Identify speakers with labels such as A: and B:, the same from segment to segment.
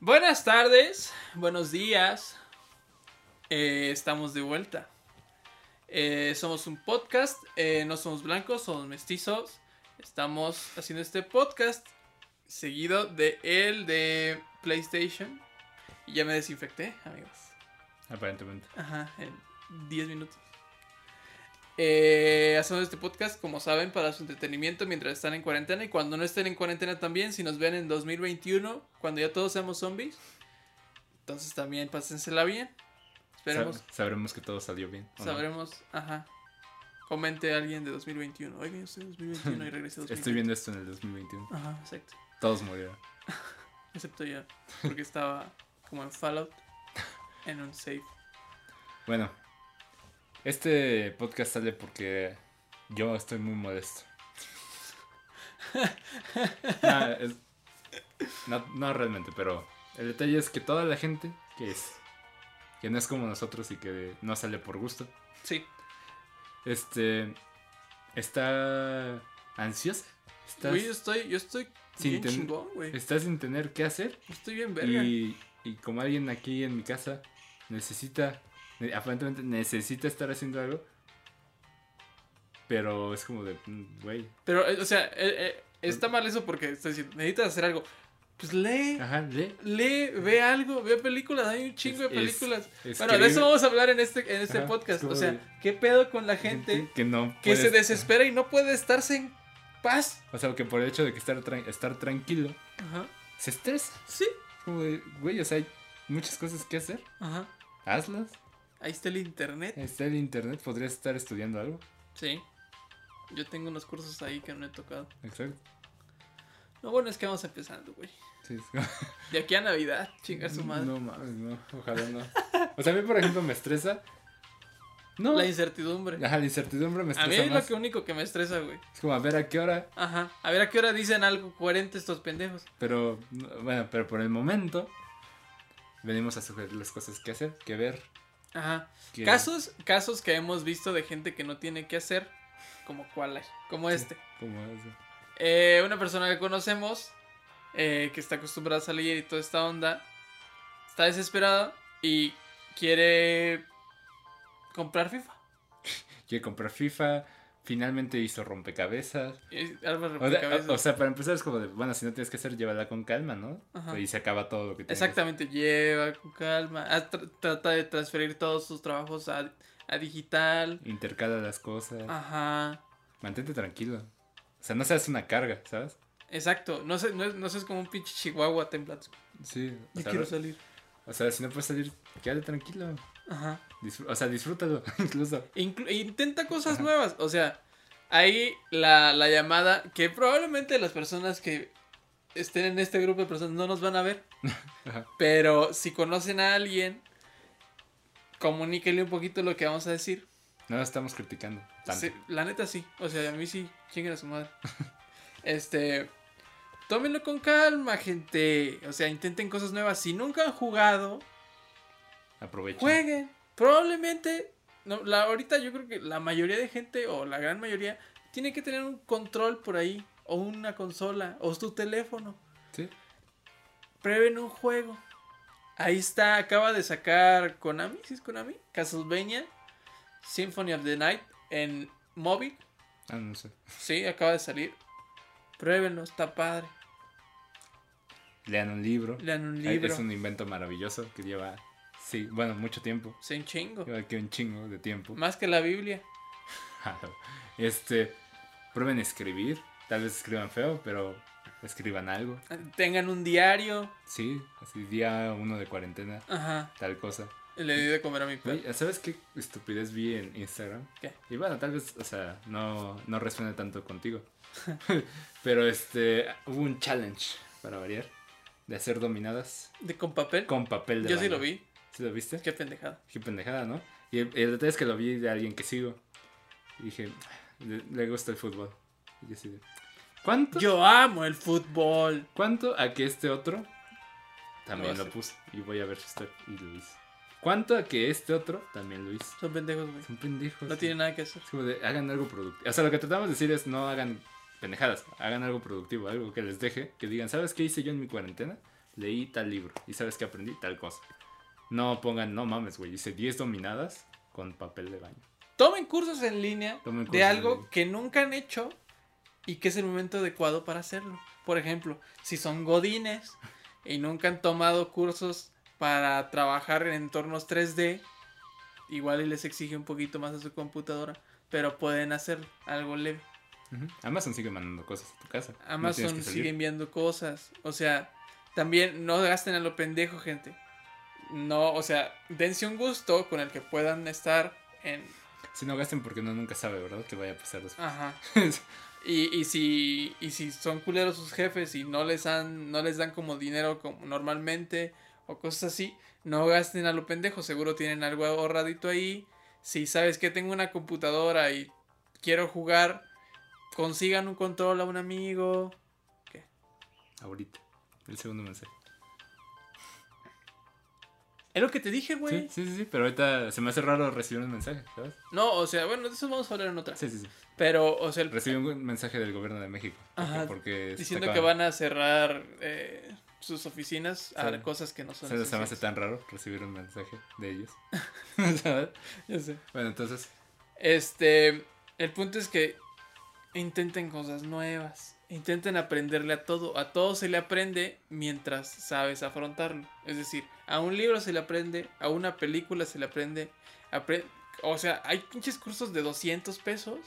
A: Buenas tardes, buenos días. Eh, estamos de vuelta. Eh, somos un podcast, eh, no somos blancos, somos mestizos. Estamos haciendo este podcast seguido de el de PlayStation. Y ya me desinfecté, amigos.
B: Aparentemente.
A: Ajá, en 10 minutos. Eh, hacemos este podcast, como saben, para su entretenimiento mientras están en cuarentena y cuando no estén en cuarentena también, si nos ven en 2021, cuando ya todos seamos zombies, entonces también pásensela bien. Esperemos,
B: Sab- sabremos que todo salió bien. ¿o no?
A: sabremos, ajá. Comente a alguien de 2021. Oigan, yo estoy en 2021 y regresé a 2021.
B: Estoy viendo esto en el 2021.
A: Ajá, exacto.
B: Todos murieron.
A: Excepto yo, porque estaba como en Fallout, en un safe.
B: Bueno, este podcast sale porque yo estoy muy modesto. Nah, es- no, no realmente, pero el detalle es que toda la gente que es que no es como nosotros y que no sale por gusto,
A: Sí,
B: este está ansiosa, está,
A: güey, yo estoy, yo estoy
B: Sí,
A: bien
B: te-
A: chingón, güey.
B: está sin tener qué hacer
A: Pues, Estoy bien verga.
B: Y, y como alguien aquí en mi casa necesita, ne- aparentemente necesita estar haciendo algo, pero es como de, mm, güey,
A: Pero, eh, o sea, eh, eh, está mal eso porque está diciendo, necesitas hacer algo. Pues lee,
B: ajá, lee.
A: lee, ve algo, ve películas, hay un chingo de
B: Es- es-
A: películas.
B: es
A: bueno, de
B: que-
A: eso vamos a hablar en este, en este
B: Ajá,
A: podcast.
B: es como
A: O sea,
B: de- Pues,
A: ¿qué pedo con la gente
B: que no
A: que se
B: puedes-
A: desespera y no puede estarse en paz?
B: O sea, que por el hecho de que estar, tran- estar tranquilo,
A: Ajá.
B: se estresa.
A: Sí.
B: Es como de, güey, o sea, hay muchas cosas que hacer,
A: Ajá.
B: hazlas.
A: Ahí está el internet.
B: Está el internet, podrías estar estudiando algo.
A: Sí. Yo tengo unos cursos ahí que no he tocado.
B: Exacto.
A: Lo bueno es que vamos empezando, güey.
B: Sí, es como-
A: De aquí a Navidad, chinga su madre.
B: No mames, no, ojalá no. O sea, a mí, por ejemplo, me estresa. No.
A: La incertidumbre.
B: Ajá, la incertidumbre me
A: A mí
B: estresa
A: es lo
B: más.
A: que único que me estresa, güey.
B: Es como a ver a qué hora,
A: Ajá. A ver a qué hora dicen algo coherente estos pendejos.
B: pero no, bueno, pero por el momento venimos a sugerir las cosas que hacer, que ver.
A: Ajá.
B: Que,
A: Casos, casos que hemos visto de gente que no tiene que hacer, como cuál hay, como este.
B: Como eso.
A: Eh, una persona que conocemos, eh, que está acostumbrada a salir y toda esta onda, está desesperado y quiere comprar FIFA.
B: Quiere comprar FIFA, finalmente hizo rompecabezas.
A: Eh, arma de
B: O sea,
A: rompecabezas.
B: o sea, para empezar es como de, bueno, si no tienes que hacer, llévala con calma, ¿no?
A: Ajá.
B: Y se acaba todo lo que tienes.
A: Exactamente, lleva con calma, ah, tr- trata de transferir todos sus trabajos a, a digital.
B: Intercala las cosas.
A: Ah. Ajá.
B: Mantente tranquilo. O sea, no seas una carga, ¿sabes?
A: Exacto, no sé, no, es- no seas como un pinche chihuahua templado.
B: Sí. O
A: Yo
B: sea,
A: quiero
B: ro-
A: salir.
B: o sea, si no puedes salir, quédate tranquilo.
A: Ajá.
B: Disfr- o sea, disfrútalo, incluso.
A: Inclu- intenta cosas
B: Ajá.
A: nuevas. O sea, ahí la, la llamada que probablemente las personas que estén en este grupo de personas no nos van a ver.
B: Ajá.
A: Pero si conocen a alguien, comuníquenle un poquito lo que vamos a decir.
B: No lo estamos criticando tanto.
A: Sí, la neta sí. O sea, a mí sí. Chinguen a su madre. este. Tómenlo con calma, gente. O sea, intenten cosas nuevas. Si nunca han jugado,
B: Aprovechen.
A: Jueguen. Probablemente, no, la, ahorita yo creo que la mayoría de gente, o la gran mayoría, tiene que tener un control por ahí, o una consola, o tu teléfono.
B: Sí.
A: Prueben un juego. Ahí está, acaba de sacar Konami, ¿sí es Konami? Castlevania, Symphony of the Night en móvil.
B: Ah, no sé.
A: Sí, acaba de salir. Pruébenlo, está padre.
B: Lean un libro.
A: Lean un
B: Ay,
A: libro.
B: Es un invento maravilloso que lleva, sí, bueno, mucho tiempo.
A: Se un chingo.
B: Lleva aquí un chingo de tiempo.
A: Más que la Biblia.
B: Este, prueben escribir. Tal vez escriban feo, pero escriban algo.
A: Tengan un diario.
B: Sí, así día uno de cuarentena,
A: Ajá.
B: tal cosa.
A: Le di de comer a mi perro.
B: Güey, ¿Sabes qué estupidez vi en Instagram?
A: ¿Qué?
B: Y bueno, tal vez, o sea, no, no resuena tanto contigo. pero este, hubo un challenge, para variar, de hacer dominadas
A: ¿De con papel?
B: con papel de
A: Yo sí
B: baño.
A: lo vi.
B: ¿Sí lo viste?
A: Qué pendejada.
B: Qué pendejada, ¿no? Y el, el detalle es que lo vi de alguien que sigo. Y dije, le, le gusta el fútbol. Y yo así de, ¿Cuánto?
A: Yo amo el fútbol.
B: ¿Cuánto a que este otro? También
A: Lo
B: lo,
A: hace.
B: puse. Y voy a ver si estoy. Y lo hice. ¿Cuánto a que este otro? También lo hizo.
A: Son pendejos, güey.
B: Son pendejos.
A: No tienen nada que hacer.
B: Es como de, hagan algo productivo. O sea, lo que tratamos de decir es, no hagan pendejadas. Hagan algo productivo, algo que les deje. Que digan, ¿sabes qué hice yo en mi cuarentena? leí tal libro y sabes que aprendí tal cosa. No pongan, no mames, güey, hice 10 dominadas con papel de baño.
A: Tomen cursos en línea
B: Tomen cursos
A: de
B: en
A: algo
B: línea.
A: que nunca han hecho y que es el momento adecuado para hacerlo. Por ejemplo, si son godines y nunca han tomado cursos para trabajar en entornos 3D, igual y les exige un poquito más a su computadora, pero pueden hacer algo leve.
B: Ujú. Amazon sigue mandando cosas a tu casa. No
A: Amazon
B: tienes que salir.
A: sigue enviando cosas. O sea, también no gasten a lo pendejo, gente. No, o sea, dense un gusto con el que puedan estar en...
B: Si no gasten porque uno nunca sabe, ¿verdad? Que vaya a pasar después.
A: Ajá. Y, y si, y si son culeros sus jefes y no les, han, no les dan como dinero como normalmente o cosas así, no gasten a lo pendejo, seguro tienen algo ahorradito ahí. Si sabes que tengo una computadora y quiero jugar, consigan un control a un amigo.
B: Ahorita. El segundo mensaje.
A: Es lo que te dije,
B: Sí,
A: güey.
B: sí, sí, sí, pero ahorita se me hace raro recibir un mensaje, ¿sabes?
A: No, o sea, bueno, de eso vamos a hablar en otra.
B: Sí, sí, sí.
A: Pero, o sea, el-
B: Recibí un mensaje del gobierno de México. porque-
A: Ajá,
B: porque se
A: diciendo
B: acaban-
A: que van a cerrar eh, sus oficinas a
B: Sí.
A: cosas que no son.
B: Se, se me hace
A: esenciales.
B: tan raro recibir un mensaje de ellos. ¿Sabes?
A: Ya sé.
B: Bueno, entonces,
A: Este, el punto es que intenten cosas nuevas, intenten aprenderle a todo, a todo se le aprende mientras sabes afrontarlo. Es decir, a un libro se le aprende, a una película se le aprende, apre- o sea, hay pinches cursos de 200 pesos,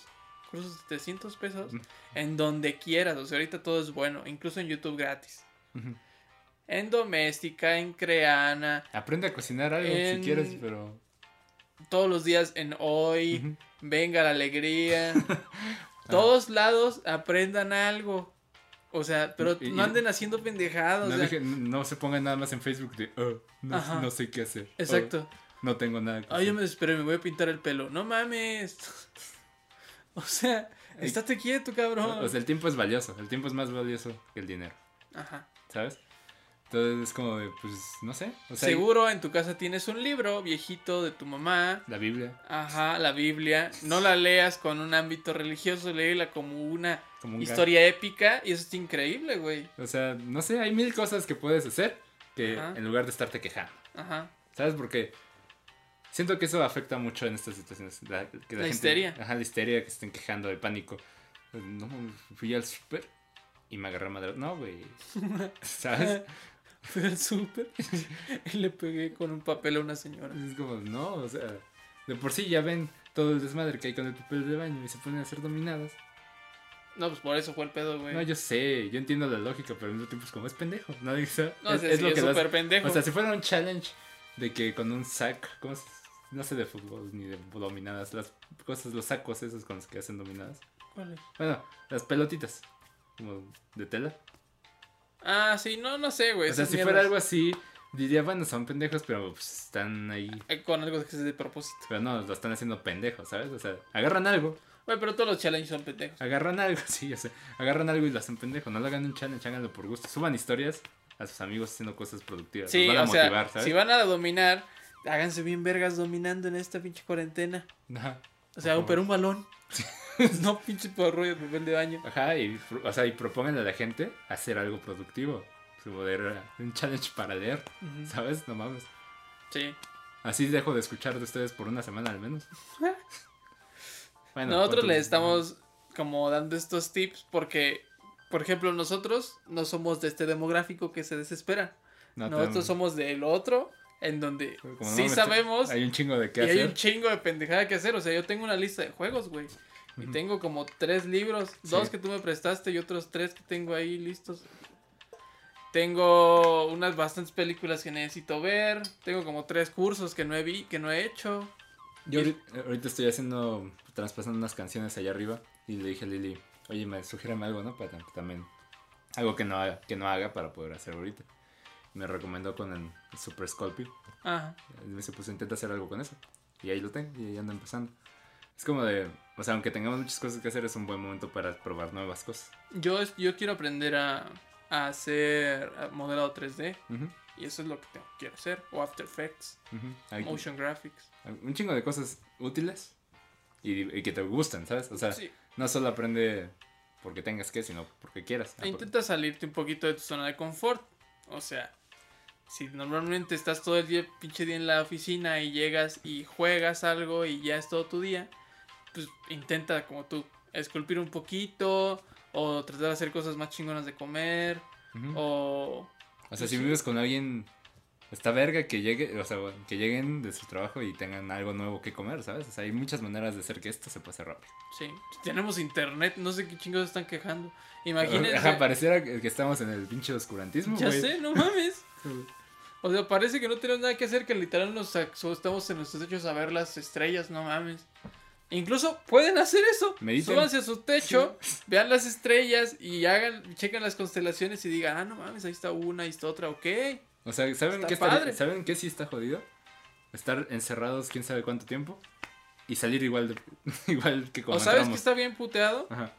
A: cursos de 300 pesos,
B: Ujú.
A: en donde quieras, o sea, ahorita todo es bueno, incluso en YouTube gratis.
B: ujú,
A: En doméstica, en creana,
B: aprende a cocinar algo
A: En-
B: si quieres, pero.
A: todos los días en hoy,
B: ujú,
A: Venga la alegría. Todos lados aprendan algo. O sea, pero
B: Y- y-
A: no anden haciendo pendejadas.
B: No,
A: o sea,
B: dije- no se pongan nada más en Facebook de, "Oh,
A: Ajá.
B: no, no sé qué hacer. Oh,
A: Exacto.
B: no tengo nada que
A: Ay, yo
B: hacer.
A: me desesperé, me voy a pintar el pelo. No mames. O sea,
B: Ay.
A: estate quieto, cabrón.
B: O sea, el tiempo es valioso. El tiempo es más valioso que el dinero,
A: Ajá.
B: ¿sabes? Entonces es como de, pues, no sé. O sea,
A: Seguro en tu casa tienes un libro viejito de tu mamá.
B: la Biblia,
A: Ajá, la Biblia. No la leas con un ámbito religioso, léela como una
B: como un ga-
A: historia épica. Y eso es increíble, güey.
B: O sea, no sé, hay mil cosas que puedes hacer que
A: Ajá.
B: en lugar de estarte quejando.
A: Ajá.
B: ¿Sabes? Porque siento que eso afecta mucho en estas situaciones. La, que
A: La histeria.
B: Ajá, la histeria, que se estén quejando de pánico. Pues, No, fui al súper y me agarré a madre. No, güey. ¿Sabes?
A: Fui al súper y le pegué con un papel a una señora.
B: Es como, no, o sea, de por sí ya ven todo el desmadre que hay con el papel de baño y se ponen a hacer dominadas.
A: No, pues por eso fue el pedo, güey.
B: No,
A: No,
B: yo sé, yo entiendo la lógica, pero al mismo tiempo es como, es pendejo. No, O sea,
A: o sea, sí, es,
B: lo hace-
A: súper pendejo.
B: O sea, si fuera un challenge de que con un sac, ¿cómo se- no sé de fútbol ni de dominadas, las cosas, los sacos esos con los que hacen dominadas.
A: ¿Cuál es?
B: Bueno, las pelotitas, como de tela.
A: Ah, sí, no, no sé, güey.
B: o sea,
A: esas
B: si fuera algo
A: mierdas.
B: así, diría, bueno, son pendejos, pero pues están ahí.
A: Eh, Con algo que es de propósito.
B: Pero no, lo están haciendo pendejos, ¿sabes? O sea, agarran algo,
A: Güey, pero todos los challenges son pendejos.
B: agarran algo, sí, o sea, agarran algo y lo hacen pendejo. No lo hagan un challenge, háganlo por gusto. Suban historias a sus amigos haciendo cosas productivas.
A: Sí,
B: los van a
A: o sea,
B: motivar, ¿sabes?
A: si van a dominar, háganse bien vergas dominando en esta pinche cuarentena.
B: Ajá.
A: O sea,
B: Ujú.
A: pero un balón. no pinche por rollo de papel de baño.
B: Ajá, y, pro- o sea, y propónganle a la gente hacer algo productivo. Su poder, eh, un challenge para leer,
A: Ujú.
B: ¿sabes? No mames.
A: Sí.
B: Así dejo de escuchar de ustedes por una semana al menos. Bueno,
A: nosotros
B: ¿cuánto-
A: les estamos como dando estos tips porque, por ejemplo, nosotros no somos de este demográfico que se desespera.
B: No
A: nosotros
B: tenemos-
A: somos del otro, en donde
B: como no
A: sí
B: me estoy-
A: sabemos
B: Hay un chingo de
A: y
B: qué
A: hay
B: hacer.
A: un chingo de pendejada que hacer. O sea, yo tengo una lista de juegos, güey. Y
B: Ujú.
A: tengo como tres libros,
B: Sí.
A: dos que tú me prestaste y otros tres que tengo ahí listos. Tengo unas bastantes películas que necesito ver. Tengo como tres cursos que no he vi, que no he hecho.
B: Yo ahorita, ahorita estoy haciendo, traspasando unas canciones allá arriba y le dije a Lili, oye, me sugiérame algo, ¿no? Para tam- también, algo que no haga, que no haga para poder hacer ahorita. Me recomendó con el Super Sculpey.
A: Ajá.
B: Me dice, pues intenta hacer algo con eso. Y ahí lo tengo, y ahí ando empezando. Es como de, o sea, aunque tengamos muchas cosas que hacer, es un buen momento para probar nuevas cosas.
A: Yo, yo quiero aprender a, a hacer modelado 3D
B: Ujú,
A: y eso es lo que tengo- quiero hacer. O After Effects,
B: ujú. Hay-
A: Motion Graphics.
B: Un chingo de cosas útiles y, y que te gustan, ¿sabes? O sea,
A: Sí,
B: no solo aprende porque tengas que, sino porque quieras.
A: e intenta salirte un poquito de tu zona de confort. O sea, si normalmente estás todo el día, pinche día en la oficina y llegas y juegas algo y ya es todo tu día, pues intenta como tú esculpir un poquito o tratar de hacer cosas más chingonas de comer
B: Ah, Ujú.
A: o...
B: O sea, si vives con alguien, está verga que llegue, o sea, que lleguen de su trabajo y tengan algo nuevo que comer, ¿sabes? O sea, hay muchas maneras de hacer que esto se pase rápido.
A: Sí, si tenemos internet, no sé qué chingados están quejando. Imagínense.
B: Ajá, pareciera que que estamos en el pinche oscurantismo,
A: ya
B: güey.
A: sé, no mames. O sea, parece que no tenemos nada que hacer, que literal nos estamos en nuestros techos a ver las estrellas, no mames. Incluso pueden hacer eso.
B: Mediten.
A: Súbanse a su techo, vean las estrellas y hagan, chequen las constelaciones y digan, ah, no mames, ahí está una, ahí está otra, ok.
B: O sea, ¿saben
A: Está
B: qué, estaría-
A: padre.
B: ¿saben qué sí está jodido? Estar encerrados quién sabe cuánto tiempo y salir igual de, igual que como
A: o sabes que
B: entramos.
A: está bien puteado,
B: Ajá.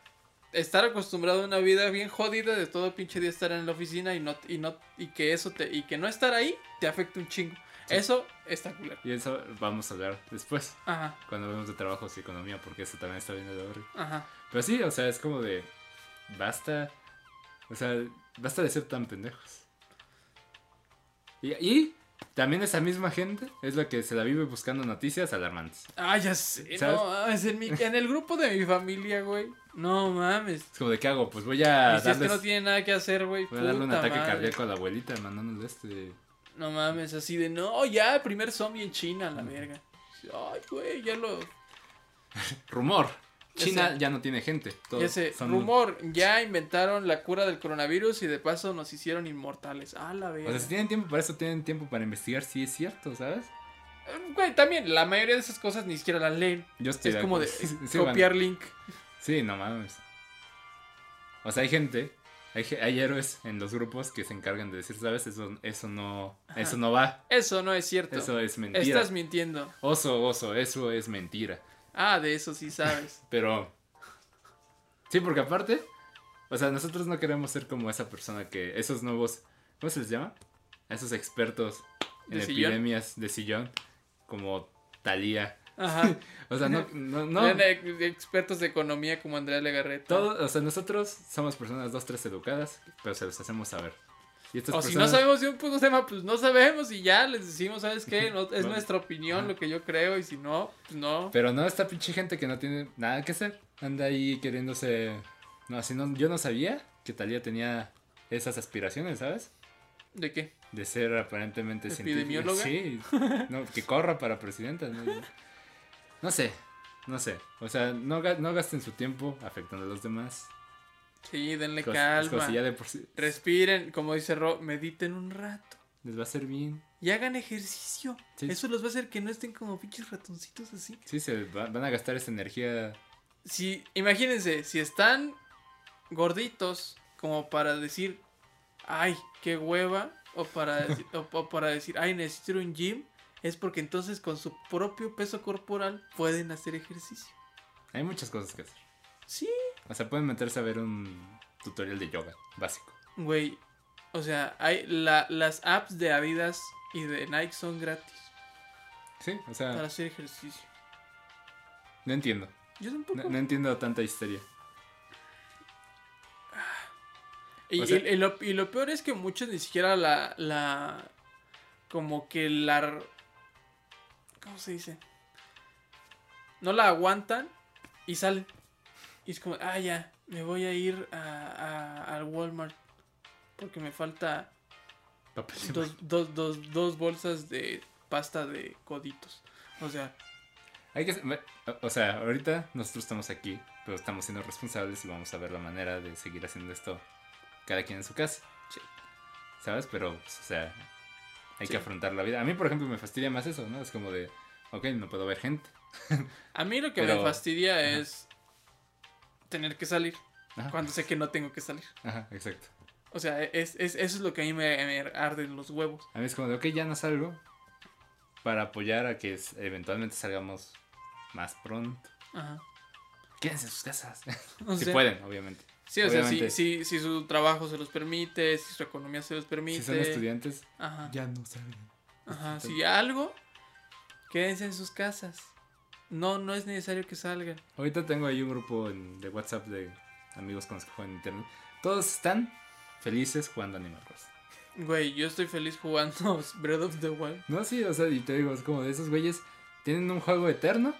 A: estar acostumbrado a una vida bien jodida de todo pinche día estar en la oficina y no, y no, y que eso te, y que no estar ahí te afecte un chingo.
B: Sí.
A: Eso está culero.
B: Y eso vamos a hablar después,
A: Ajá,
B: cuando hablemos de trabajos y economía, porque eso también está bien de la verga.
A: ajá.
B: Pero sí, o sea, es como de. Basta. O sea, basta de ser tan pendejos. Y, y también esa misma gente es la que se la vive buscando noticias alarmantes.
A: Ah, ya sé.
B: ¿Sabes?
A: No mames, en, mi- en el grupo de mi familia, güey. No mames.
B: Es como de qué hago, pues voy a
A: y si es que
B: darles-
A: no tiene nada que hacer, güey.
B: voy a darle un
A: puta
B: ataque
A: madre.
B: cardíaco a la abuelita mandándole este.
A: No mames, así de no, ya, primer zombie en China, la verga. Ay, güey, ya lo.
B: Rumor.
A: Ya
B: China
A: sé.
B: ya no tiene gente. Todo-
A: ese
B: son-
A: rumor, ya inventaron la cura del coronavirus y de paso nos hicieron inmortales. Ah, la
B: O
A: verga.
B: sea, si tienen tiempo para eso, tienen tiempo para investigar si es cierto, ¿sabes?
A: Eh, Güey, también, la mayoría de esas cosas ni siquiera las leen.
B: Yo estoy
A: es como de
B: acuerdo. Sí, sí, bueno.
A: copiar link.
B: Sí, no mames. O sea, hay gente, hay, ge- hay héroes en los grupos que se encargan de decir, ¿sabes? Eso, eso no,
A: Ajá.
B: eso no va,
A: Eso no es cierto.
B: eso es mentira.
A: Estás mintiendo.
B: Oso, oso, eso es mentira.
A: Ah, de eso sí sabes.
B: Pero, sí, porque aparte, o sea, nosotros no queremos ser como esa persona que, esos nuevos, ¿cómo se les llama? A Esos expertos en
A: ¿De sillón?
B: epidemias de sillón, como Talía.
A: Ajá.
B: O sea, no, no, no.
A: Eran ex- eh, expertos de economía como Andrea Legarreta.
B: Todo, o sea, nosotros somos personas dos, tres educadas, pero se los hacemos saber. Y estas
A: O si no sabemos de un puto tema, pues no sabemos y ya les decimos, ¿sabes qué? No- es
B: Bueno,
A: nuestra opinión,
B: ajá.
A: lo que yo creo, y si no, pues no.
B: Pero no, esta pinche gente que no tiene nada que hacer. Anda ahí queriéndose... No, si no, yo no sabía que Talía tenía esas aspiraciones, ¿sabes?
A: ¿De qué?
B: De ser aparentemente científica.
A: ¿Epidemióloga?
B: Sí. No, que corra para presidenta. No, No sé, no sé. O sea, no, ga- no gasten su tiempo afectando a los demás.
A: Sí, denle
B: Cos-
A: calma.
B: cosas ya de por sí-
A: Respiren, como dice Ro, mediten un rato.
B: Les va a ser bien.
A: Y hagan ejercicio.
B: Sí.
A: Eso los va a hacer que no estén como pinches ratoncitos así.
B: Sí, se va- van a gastar esa energía
A: Si, imagínense, si están gorditos, como para decir, ay, qué hueva, o para, deci- o, o para decir, ay, necesito ir a un gym, es porque entonces con su propio peso corporal pueden hacer ejercicio.
B: Hay muchas cosas que hacer.
A: Sí,
B: O sea, pueden meterse a ver un tutorial de yoga básico.
A: güey. O sea, hay la, las apps de Adidas y de Nike son gratis
B: Sí, o
A: para
B: sea,
A: hacer ejercicio.
B: no entiendo.
A: Yo tampoco.
B: No, no entiendo tanta histeria.
A: Y,
B: O sea-
A: y- y lo, y lo peor es que muchos ni siquiera la, la. Como que la. ¿Cómo se dice? No la aguantan y salen. Y es como, ah, ya, me voy a ir a, a- al Walmart. Porque me falta
B: Papel de
A: dos, dos, dos, dos bolsas de pasta de coditos. O sea,
B: baño. Hay que, ve- o sea, ahorita nosotros estamos aquí, pero estamos siendo responsables y vamos a ver la manera de seguir haciendo esto cada quien en su casa.
A: Sí.
B: ¿Sabes? Pero, pues, o sea, hay
A: Sí.
B: que afrontar la vida. A mí, por ejemplo, me fastidia más eso, ¿no? Es como de, ok, no puedo ver gente.
A: a mí lo que me
B: Pero-
A: fastidia
B: ajá.
A: es tener que salir
B: Ajá,
A: cuando sé que no tengo que salir.
B: ajá, exacto.
A: O sea, es, es- eso es lo que a mí me, me arden los huevos.
B: A mí es como de, ok, ya no salgo para apoyar a que s- eventualmente salgamos más pronto.
A: Ajá.
B: Quédense en sus casas.
A: O
B: si
A: sea,
B: pueden, obviamente.
A: Sí, o sea, si,
B: obviamente.
A: si, si su trabajo se los permite, si su economía se los permite.
B: Si son estudiantes,
A: Ajá.
B: ya no salgan.
A: Ajá.
B: Entonces-
A: Si algo, quédense en sus casas. No, no es necesario que salgan.
B: Ahorita tengo ahí un grupo en- de WhatsApp de amigos con los que juegan en internet. Todos están felices jugando Animal Crossing.
A: Güey, yo estoy feliz jugando Breath of the Wild.
B: No, sí, o sea, y te digo, es como de esos güeyes, tienen un juego eterno.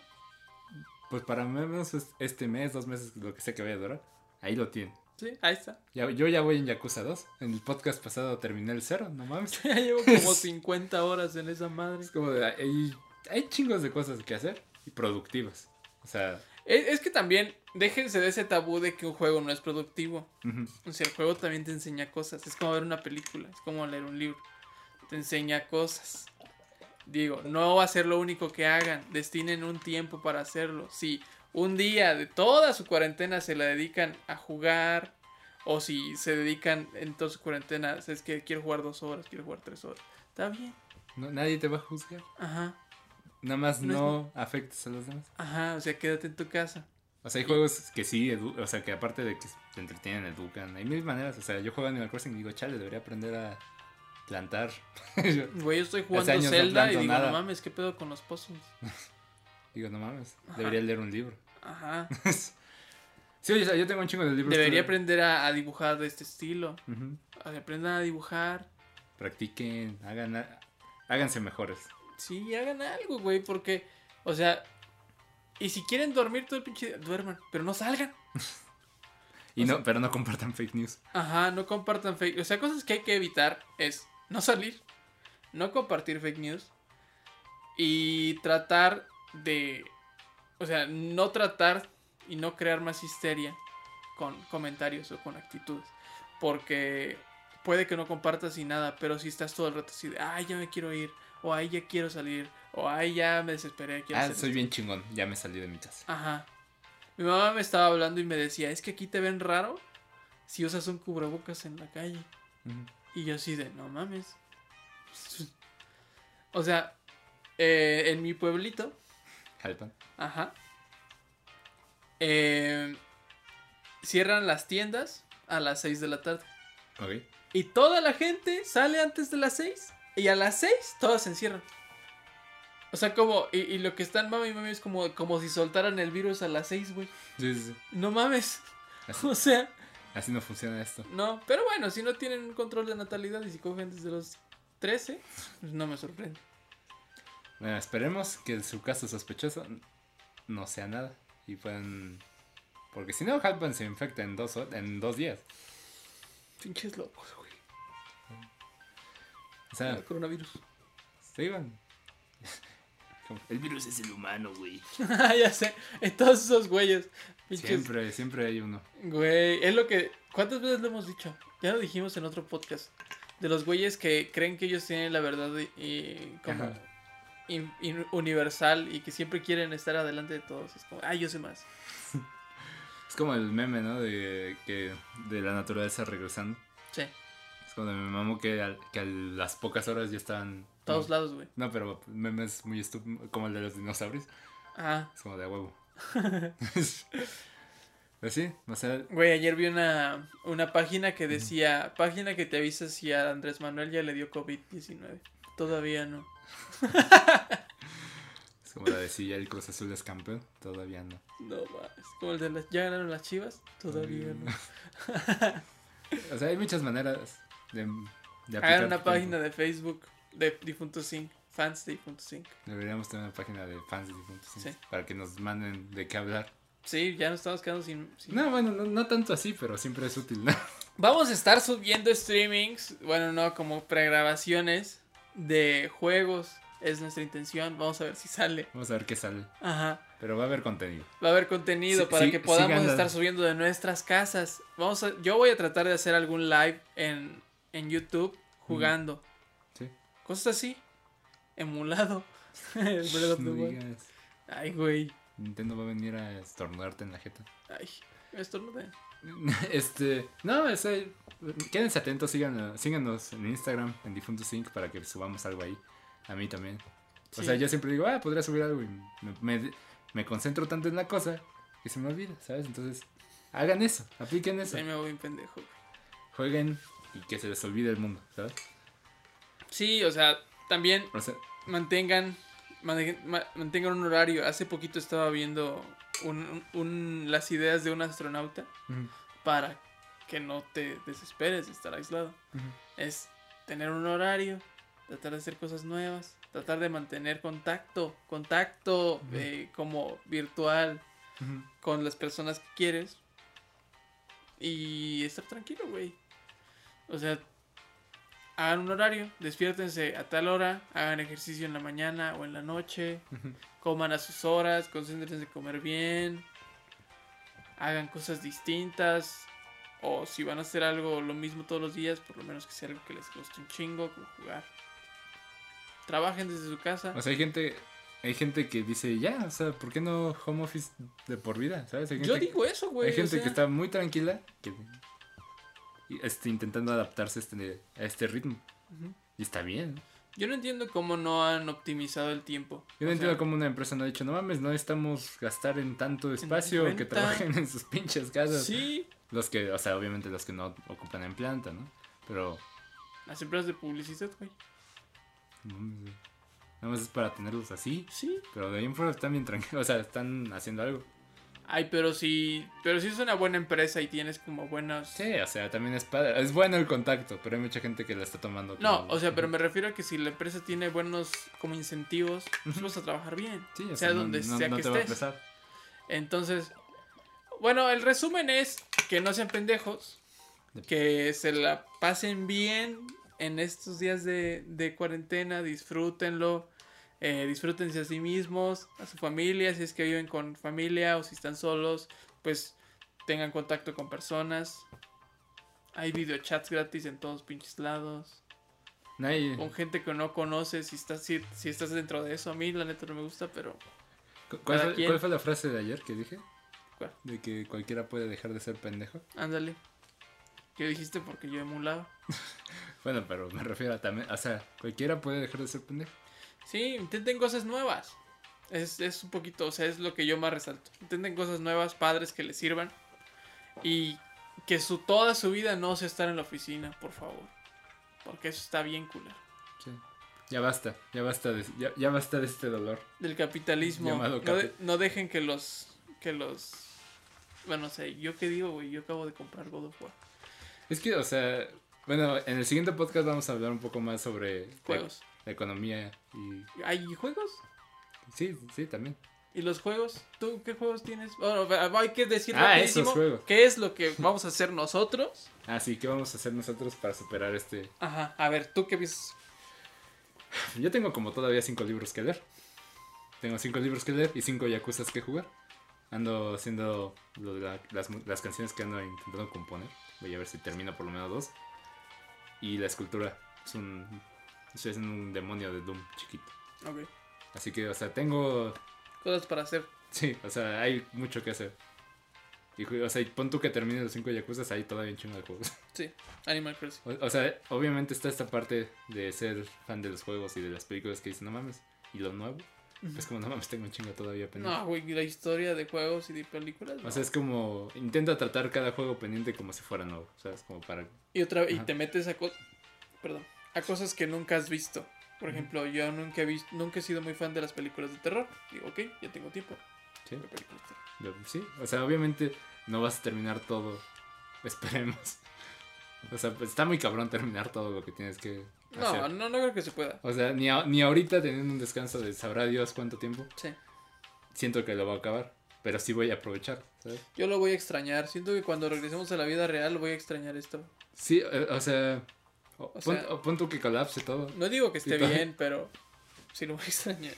B: Pues para menos es- este mes, dos meses, lo que sea que vaya a durar, ahí lo tienen.
A: Sí, ahí está.
B: Ya- yo ya voy en Yakuza 2. En el podcast pasado terminé el 0, no mames.
A: Ya llevo como 50 horas en esa madre.
B: Es como de, hay, hay chingos de cosas que hacer y productivas. O sea,
A: Es, es que también, déjense de ese tabú de que un juego no es productivo.
B: ujú,
A: O sea, el juego también te enseña cosas. Es como ver una película, es como leer un libro. Te enseña cosas. Digo, no va a ser lo único que hagan. Destinen un tiempo para hacerlo. Si un día de toda su cuarentena se la dedican a jugar, o si se dedican en toda su cuarentena, es que quiero jugar dos horas, quiero jugar tres horas. Está bien.
B: no- nadie te va a juzgar.
A: Ajá,
B: Nada más
A: No es-
B: no afectes a los demás.
A: ajá. O sea, quédate en tu casa.
B: O sea, hay juegos que sí, edu- o sea, que aparte de que te entretienen, educan. Hay mil maneras. O sea, yo juego Animal Crossing y digo, chale, debería aprender a plantar. Yo
A: Güey, yo estoy jugando
B: años no
A: Zelda y
B: planto
A: digo,
B: nada.
A: no mames, ¿qué pedo con los pozos?
B: digo, no mames,
A: Ajá.
B: debería leer un libro.
A: Ajá.
B: sí, oye, o sea, yo tengo un chingo de libros.
A: Debería
B: todavía.
A: aprender a- a dibujar de este estilo.
B: Ujú.
A: eh, aprendan a dibujar.
B: Practiquen, hagan, a- háganse mejores.
A: Sí, hagan algo, güey, porque, o sea, y si quieren dormir todo el pinche día, duerman, pero no salgan.
B: Y
A: O
B: no,
A: sea-
B: pero no compartan fake news.
A: Ajá, no compartan fake. O sea, cosas que hay que evitar es no salir, no compartir fake news y tratar de, o sea, no tratar y no crear más histeria con comentarios o con actitudes, porque puede que no compartas y nada, pero si estás todo el rato así de, ay, ya me quiero ir, o ay, ya quiero salir, o ay, ya me desesperé, quiero este.
B: Ah,
A: hacer
B: soy
A: esto".
B: bien chingón, ya me salí de mi casa.
A: Ajá. Mi mamá me estaba hablando y me decía, es que aquí te ven raro si usas un cubrebocas en la calle.
B: Ujú.
A: Y yo así de, no mames. O sea, eh, en mi pueblito,
B: Jalpan.
A: ajá, eh, cierran las tiendas a las 6 de la tarde.
B: Ok.
A: Y toda la gente sale antes de las 6. Y a las 6 todos se encierran. O sea, como, y, y lo que están mami y mami es como, como si soltaran el virus a las 6, güey.
B: Sí, sí, sí.
A: No mames.
B: Así,
A: O sea,
B: así no funciona esto.
A: no. Pero bueno, si no tienen un control de natalidad y si cogen desde los 13, pues no me sorprende.
B: Bueno, esperemos que su caso sospechoso no sea nada. Y puedan. Porque si no, Halpan se infecta en dos, hor- en dos días.
A: Pinches locos, güey.
B: O sea,
A: El coronavirus.
B: se iban. El virus es el humano, güey.
A: ya sé. En todos esos güeyes. Pinches.
B: Siempre, siempre hay uno.
A: Güey, es lo que. ¿Cuántas veces lo hemos dicho? Ya lo dijimos en otro podcast. De los güeyes que creen que ellos tienen la verdad y, y como
B: Ajá.
A: in- in- universal y que siempre quieren estar adelante de todos. Es como, ah, yo sé más.
B: Es como el meme, ¿no? De, que, de la naturaleza regresando.
A: Sí,
B: Es como de mi mamá que, al- que a las pocas horas ya estaban.
A: todos lados, güey.
B: No, pero memes muy estúpidos, como el de los dinosaurios.
A: Ajá.
B: Es como de a huevo. Pero sí, o sea,
A: Güey, ayer vi una, una página que decía, página que te avisa si a Andrés Manuel ya le dio COVID-19. Todavía no.
B: es como la de si ya el Cruz Azul es campeón, todavía no.
A: No más. Como el de las, ¿ya ganaron las chivas? Todavía
B: Mm,
A: no.
B: O sea, hay muchas maneras de, de
A: Hagan una
B: tu tiempo.
A: página de Facebook de Difunto Sync, fans de Difunto Sync.
B: Deberíamos tener una página de fans de difuntos
A: Sí.
B: sí, para que nos manden de qué hablar.
A: Sí, ya nos estamos quedando sin... sin-
B: No, bueno, no, no tanto así, pero siempre es útil, ¿no?
A: Vamos a estar subiendo streamings, bueno, no, como pregrabaciones de juegos. Es nuestra intención, vamos a ver si sale.
B: Vamos a ver qué sale.
A: Ajá.
B: Pero va a haber contenido.
A: Va a haber contenido
B: Sí,
A: para
B: sí,
A: que podamos
B: síganla.
A: estar subiendo de nuestras casas. Vamos a, yo voy a tratar de hacer algún live en, en YouTube jugando.
B: Sí.
A: Cosas así. Emulado. El Breath of the
B: No
A: Wild.
B: digas,
A: Ay, güey.
B: Nintendo va a venir a estornudarte en la jeta.
A: Ay, me estornudé.
B: Este, no, o sea, quédense atentos, síganos, síganos en Instagram, en Difuntos Inc. para que subamos algo ahí. A mí también. O
A: Sí.
B: sea, yo siempre digo, ah, podría subir algo y me, me- me concentro tanto en la cosa que se me olvida, ¿sabes? Entonces, hagan eso, apliquen eso.
A: Ahí me voy bien pendejo. güey.
B: Jueguen y que se les olvide el mundo, ¿sabes?
A: Sí, o sea, también
B: O sea,
A: mantengan, mane- ma- mantengan un horario. Hace poquito estaba viendo un- un- las ideas de un astronauta
B: ujú,
A: para que no te desesperes de estar aislado.
B: ujú.
A: es tener un horario, tratar de hacer cosas nuevas, tratar de mantener contacto, contacto
B: Ujú.
A: eh, como virtual
B: Ujú.
A: con las personas que quieres y estar tranquilo, güey. O sea, hagan un horario, despiértense a tal hora, hagan ejercicio en la mañana o en la noche,
B: Ujú.
A: coman a sus horas, concéntrense en comer bien, hagan cosas distintas. O si van a hacer algo lo mismo todos los días, por lo menos que sea algo que les guste un chingo, como jugar. Trabajen desde su casa.
B: O sea, hay gente, hay gente que dice, ya, o sea, ¿por qué no home office de por vida? ¿Sabes? Hay gente,
A: Yo digo eso, güey.
B: hay
A: Pues, o
B: gente
A: sea.
B: que está muy tranquila, que y, este, intentando adaptarse a este, a este ritmo.
A: Ujú.
B: Y está bien.
A: Yo no entiendo cómo no han optimizado el tiempo.
B: Yo no
A: O
B: entiendo
A: sea,
B: cómo una empresa no ha dicho, no mames, no estamos gastar en tanto espacio que
A: renta.
B: trabajen en sus pinches casas.
A: Sí,
B: Los que, o sea, obviamente los que no ocupan en planta, ¿no? Pero,
A: las empresas de publicidad, güey.
B: no mames, güey. nada más es para tenerlos así.
A: Sí.
B: Pero de ahí en fuera están bien tranquilos, o sea, están haciendo algo.
A: Ay, pero si, pero si es una buena empresa y tienes como buenos...
B: Sí, o sea, también es padre. Es bueno el contacto, pero hay mucha gente que la está tomando.
A: No,
B: como-
A: o sea, pero me refiero a que si la empresa tiene buenos como incentivos, pues vas a trabajar bien.
B: Sí, o
A: sea
B: no-
A: donde
B: no-
A: sea
B: no
A: que
B: te va a
A: estés.
B: pesar.
A: Entonces, bueno, el resumen es que no sean pendejos, que se la pasen bien en estos días de, de cuarentena, disfrútenlo, eh, disfrútense a sí mismos, a su familia, si es que viven con familia o si están solos, pues tengan contacto con personas. Hay videochats gratis en todos pinches lados.
B: Nadie-
A: Con gente que no conoces, si estás, si, si estás dentro de eso, a mí la neta no me gusta, pero
B: ¿cu- ¿cuál,
A: cada
B: fue,
A: quien.
B: cuál fue la frase de ayer que dije?
A: ¿Cuál?
B: De que cualquiera puede dejar de ser pendejo.
A: ándale. ¿Qué dijiste? Porque yo emulaba.
B: Bueno, pero me refiero a también, o sea, cualquiera puede dejar de ser pendejo.
A: Sí, intenten cosas nuevas. Es, es un poquito, o sea, es lo que yo más resalto. Intenten cosas nuevas, padres que les sirvan. Y que su, toda su vida no sea estar en la oficina, por favor. Porque eso está bien culero.
B: Sí. Ya basta, ya basta de, ya, ya basta de este dolor.
A: Del capitalismo.
B: Llamado
A: no, de-
B: capi-
A: no dejen que los. que los. Bueno, no sé, yo qué digo, güey. Yo acabo de comprar God of War.
B: Es que, o sea, bueno, en el siguiente podcast vamos a hablar un poco más sobre la-
A: Juegos.
B: la economía y
A: ¿Hay juegos?
B: sí, sí, también.
A: ¿Y los juegos? ¿Tú qué juegos tienes? Bueno, hay que decir
B: Ah,
A: rapidísimo
B: esos juegos.
A: qué es lo que vamos a hacer nosotros.
B: Así que vamos a hacer nosotros para superar este
A: Ajá, a ver, ¿tú qué piensas?
B: Yo tengo como todavía cinco libros que leer. Tengo cinco libros que leer y cinco yacuzas que jugar. Ando haciendo lo de la- las, mu- las canciones que ando intentando componer. Voy a ver si termino por lo menos dos. Y la escultura. Es un, es un demonio de Doom chiquito.
A: Ok.
B: Así que, o sea, tengo...
A: Cosas para hacer.
B: Sí, o sea, hay mucho que hacer. Y, ju- o sea, y pon tú que termine los cinco yacuzas, hay todavía un chingo de juegos.
A: Sí, Animal Crossing.
B: O, o sea, obviamente está esta parte de ser fan de los juegos y de las películas que dicen, no mames, y lo nuevo. Es como, no mames, tengo un chingo todavía pendiente.
A: No, güey, la historia de juegos y de películas. no.
B: O sea, es como, intenta tratar cada juego pendiente como si fuera nuevo. O sea, es como para...
A: y otra y
B: Ajá.
A: te metes a co- perdón, a cosas que nunca has visto. Por ejemplo, yo nunca he visto, nunca he sido muy fan de las películas de terror. Digo, ok, ya tengo tiempo.
B: Sí,
A: de películas de terror.
B: Yo- sí. o sea, obviamente no vas a terminar todo. Esperemos. O sea, pues, está muy cabrón terminar todo lo que tienes que hacer.
A: No, no, no creo que se pueda.
B: O sea, ni, a- ni ahorita teniendo un descanso de sabrá Dios cuánto tiempo,
A: Sí.
B: siento que lo voy a acabar. Pero sí voy a aprovechar, ¿sabes?
A: Yo lo voy a extrañar. Siento que cuando regresemos a la vida real voy a extrañar esto.
B: Sí, eh, o sea... o-
A: O
B: pon-
A: sea-
B: o pon tú que colapse todo.
A: No digo que esté
B: Y todo.
A: bien, pero sí lo voy a extrañar.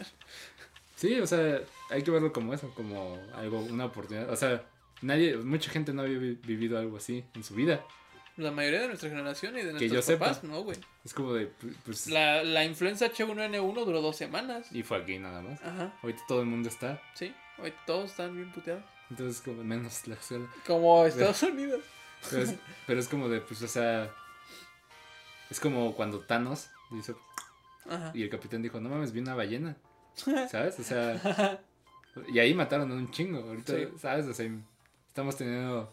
B: Sí, o sea, hay que verlo como eso, como algo, una oportunidad. O sea, nadie, mucha gente no había vi- vivido algo así en su vida.
A: La mayoría de nuestra generación y de
B: Que yo
A: nuestros
B: sepa.
A: papás, no, güey.
B: Es como de, pu- pues,
A: La, la influenza H1N1 duró dos semanas.
B: y fue aquí nada más.
A: Ajá.
B: Ahorita todo el mundo está,
A: Sí, hoy todos están bien puteados.
B: entonces como menos la escuela.
A: Como Estados Unidos.
B: Pero es, pero es como de, pues, o sea, es como cuando Thanos dice,
A: Ajá.
B: y el capitán dijo, no mames, vi una ballena, ¿sabes? O sea, y ahí mataron a un chingo. Ahorita,
A: Sí.
B: ¿sabes? O sea, estamos teniendo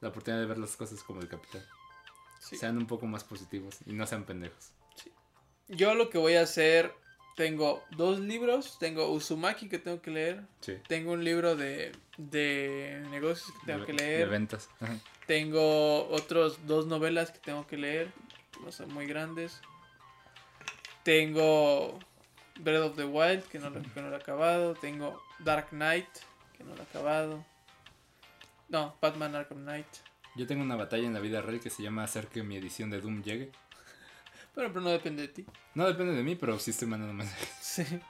B: la oportunidad de ver las cosas como el capitán.
A: Sí.
B: Sean un poco más positivos y no sean pendejos.
A: Yo lo que voy a hacer, tengo dos libros, tengo Uzumaki que tengo que leer,
B: Sí.
A: tengo un libro de, de negocios que tengo
B: de,
A: que
B: De
A: leer,
B: ventas. Ajá.
A: tengo otros dos novelas que tengo que leer, no son muy grandes. Tengo Breath of the Wild, que no, lo, que no lo he acabado. Tengo Dark Knight, que no lo he acabado. No, Batman Arkham Knight.
B: Yo tengo una batalla en la vida real que se llama hacer que mi edición de Doom llegue.
A: Pero, pero no depende de ti.
B: No depende de mí, pero sí estoy mandando mensajes.
A: Sí.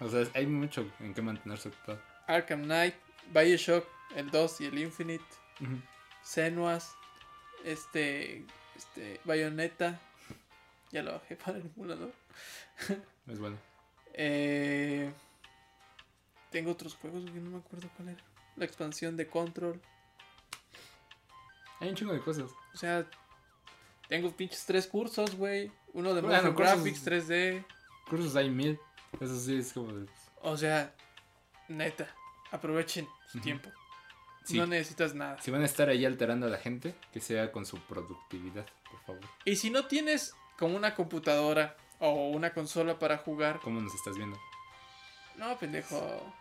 B: O sea, hay mucho en qué mantenerse ocupado.
A: Arkham Knight, Bioshock, el 2 y el Infinite.
B: Ujú.
A: Senuas, este, este, Bayonetta. Ya lo bajé para el emulador.
B: Es bueno.
A: Eh, tengo otros juegos que no me acuerdo cuál era. La expansión de Control.
B: Hay un chingo de cosas.
A: O sea, tengo pinches tres cursos, güey. Uno de
B: Bueno,
A: Motion
B: cursos-
A: Graphics 3D.
B: Cursos hay mil. Eso sí es como de...
A: O sea, neta, aprovechen su
B: Ujú.
A: tiempo.
B: Sí.
A: No necesitas nada.
B: Si van a estar ahí alterando a la gente, que sea con su productividad, por favor.
A: Y si no tienes como una computadora o una consola para jugar,
B: ¿Cómo nos estás viendo?
A: no, pendejo.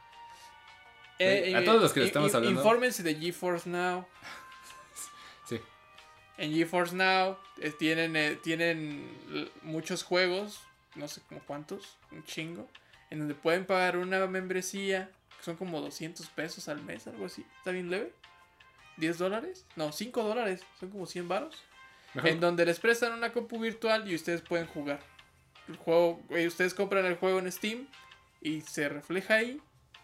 A: Eh,
B: a todos los que le estamos hablando.
A: Infórmense de GeForce Now.
B: Sí.
A: En GeForce Now eh, tienen, eh, tienen l- muchos juegos, no sé como cuántos, un chingo, en donde pueden pagar una membresía, que son como 200 pesos al mes, algo así, está bien leve. ¿10 dólares? No, 5 dólares, son como 100 varos.
B: Mejor-
A: En donde les prestan una compu virtual y ustedes pueden jugar. El juego, güey, ustedes compran el juego en Steam y se refleja ahí.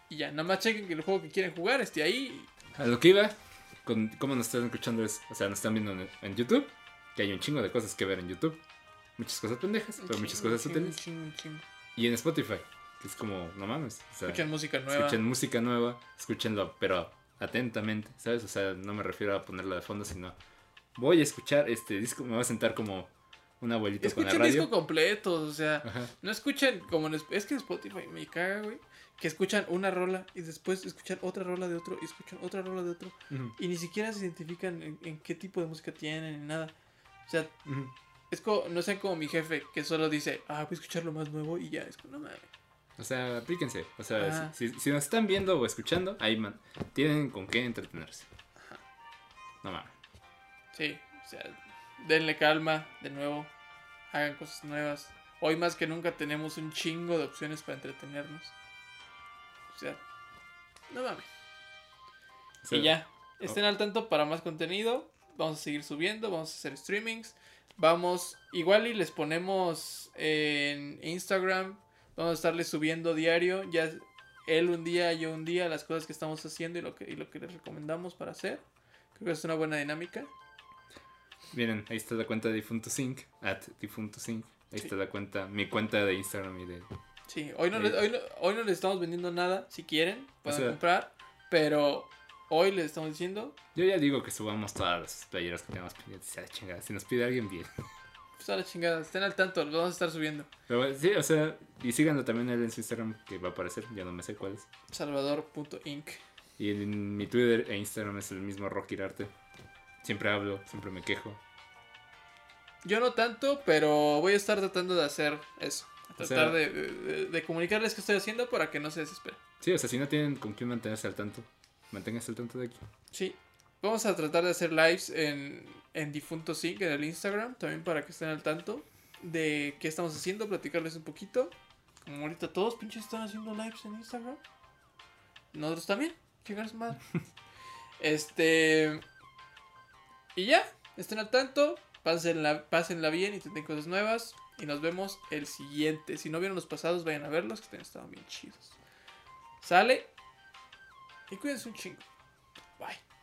A: Y ya, nada más chequen que el juego que quieren jugar esté ahí.
B: A lo que iba, con cómo nos están escuchando es, o sea, nos están viendo en, en YouTube, que hay un chingo de cosas que ver en YouTube. Muchas cosas pendejas, pero muchas
A: Chingo,
B: cosas
A: chingo,
B: útiles.
A: chingo, chingo.
B: Y en Spotify, que es como, no mames. o sea,
A: Escuchan música nueva.
B: escuchen música nueva, escúchenlo, pero atentamente, ¿sabes? O sea, no me refiero a ponerla de fondo, sino voy a escuchar este disco, me voy a sentar como un abuelito con la
A: Escuchen
B: radio. Ah.
A: disco completo, o sea,
B: Ajá.
A: no escuchan como en, es es que en Spotify me caga, güey, que escuchan una rola y después escuchan otra rola de otro y escuchan otra rola de otro
B: Ujú,
A: y ni siquiera se identifican en, en qué tipo de música tienen ni nada. O sea,
B: ujú.
A: es como, no sean como mi jefe que solo dice, ah, voy a escuchar lo más nuevo y ya, es como, no mames.
B: O sea, aplíquense. O sea,
A: Ajá.
B: si, si- si nos están viendo o escuchando, ahí man, tienen con qué entretenerse. No mames.
A: Sí, o sea, denle calma de nuevo, hagan cosas nuevas. Hoy más que nunca tenemos un chingo de opciones para entretenernos. O sea, no mames.
B: O sea,
A: y ya, estén al tanto para más contenido. Vamos a seguir subiendo, vamos a hacer streamings. Vamos, igual y les ponemos en Instagram. Vamos a estarles subiendo diario. Ya él un día, yo un día, las cosas que estamos haciendo y lo que, y lo que les recomendamos para hacer. Creo que es una buena dinámica.
B: Miren, ahí está la cuenta de Difunto Sync, at Difunto Sync. Ahí
A: Sí.
B: está la cuenta, mi cuenta de Instagram y de.
A: Sí, hoy no, les,
B: Eh.
A: hoy, no, hoy no les estamos vendiendo nada. Si quieren, pueden
B: sea-
A: comprar. Pero hoy les estamos diciendo,
B: Yo ya digo que subamos todas las playeras que tenemos pendientes. Ya, chingada. Si nos pide alguien, bien.
A: pues a la chingada, estén al tanto, los vamos a estar subiendo.
B: Pero bueno, sí, o sea, y síganlo también a él en su Instagram, que va a aparecer, ya no me sé cuál es.
A: Salvador.inc.
B: Y en mi Twitter e Instagram es el mismo Rockirarte. Siempre hablo, siempre me quejo.
A: Yo no tanto, pero voy a estar tratando de hacer eso.
B: O
A: Tratar
B: sea-
A: de, de- de comunicarles qué estoy haciendo para que no se desesperen.
B: Sí, o sea, si no tienen con quién mantenerse al tanto, manténganse al tanto de aquí.
A: Sí. Vamos a tratar de hacer lives en, en Difunto Sync, en el Instagram, también para que estén al tanto de qué estamos haciendo, platicarles un poquito. Como ahorita todos pinches están haciendo lives en Instagram. Nosotros también. Chingar su madre. este. Y ya, estén al tanto. Pásenla, pásenla bien y tienen cosas nuevas. Y nos vemos el siguiente. Si no vieron los pasados, vayan a verlos, que estaban bien chidos. Sale. Y cuídense un chingo. Bye.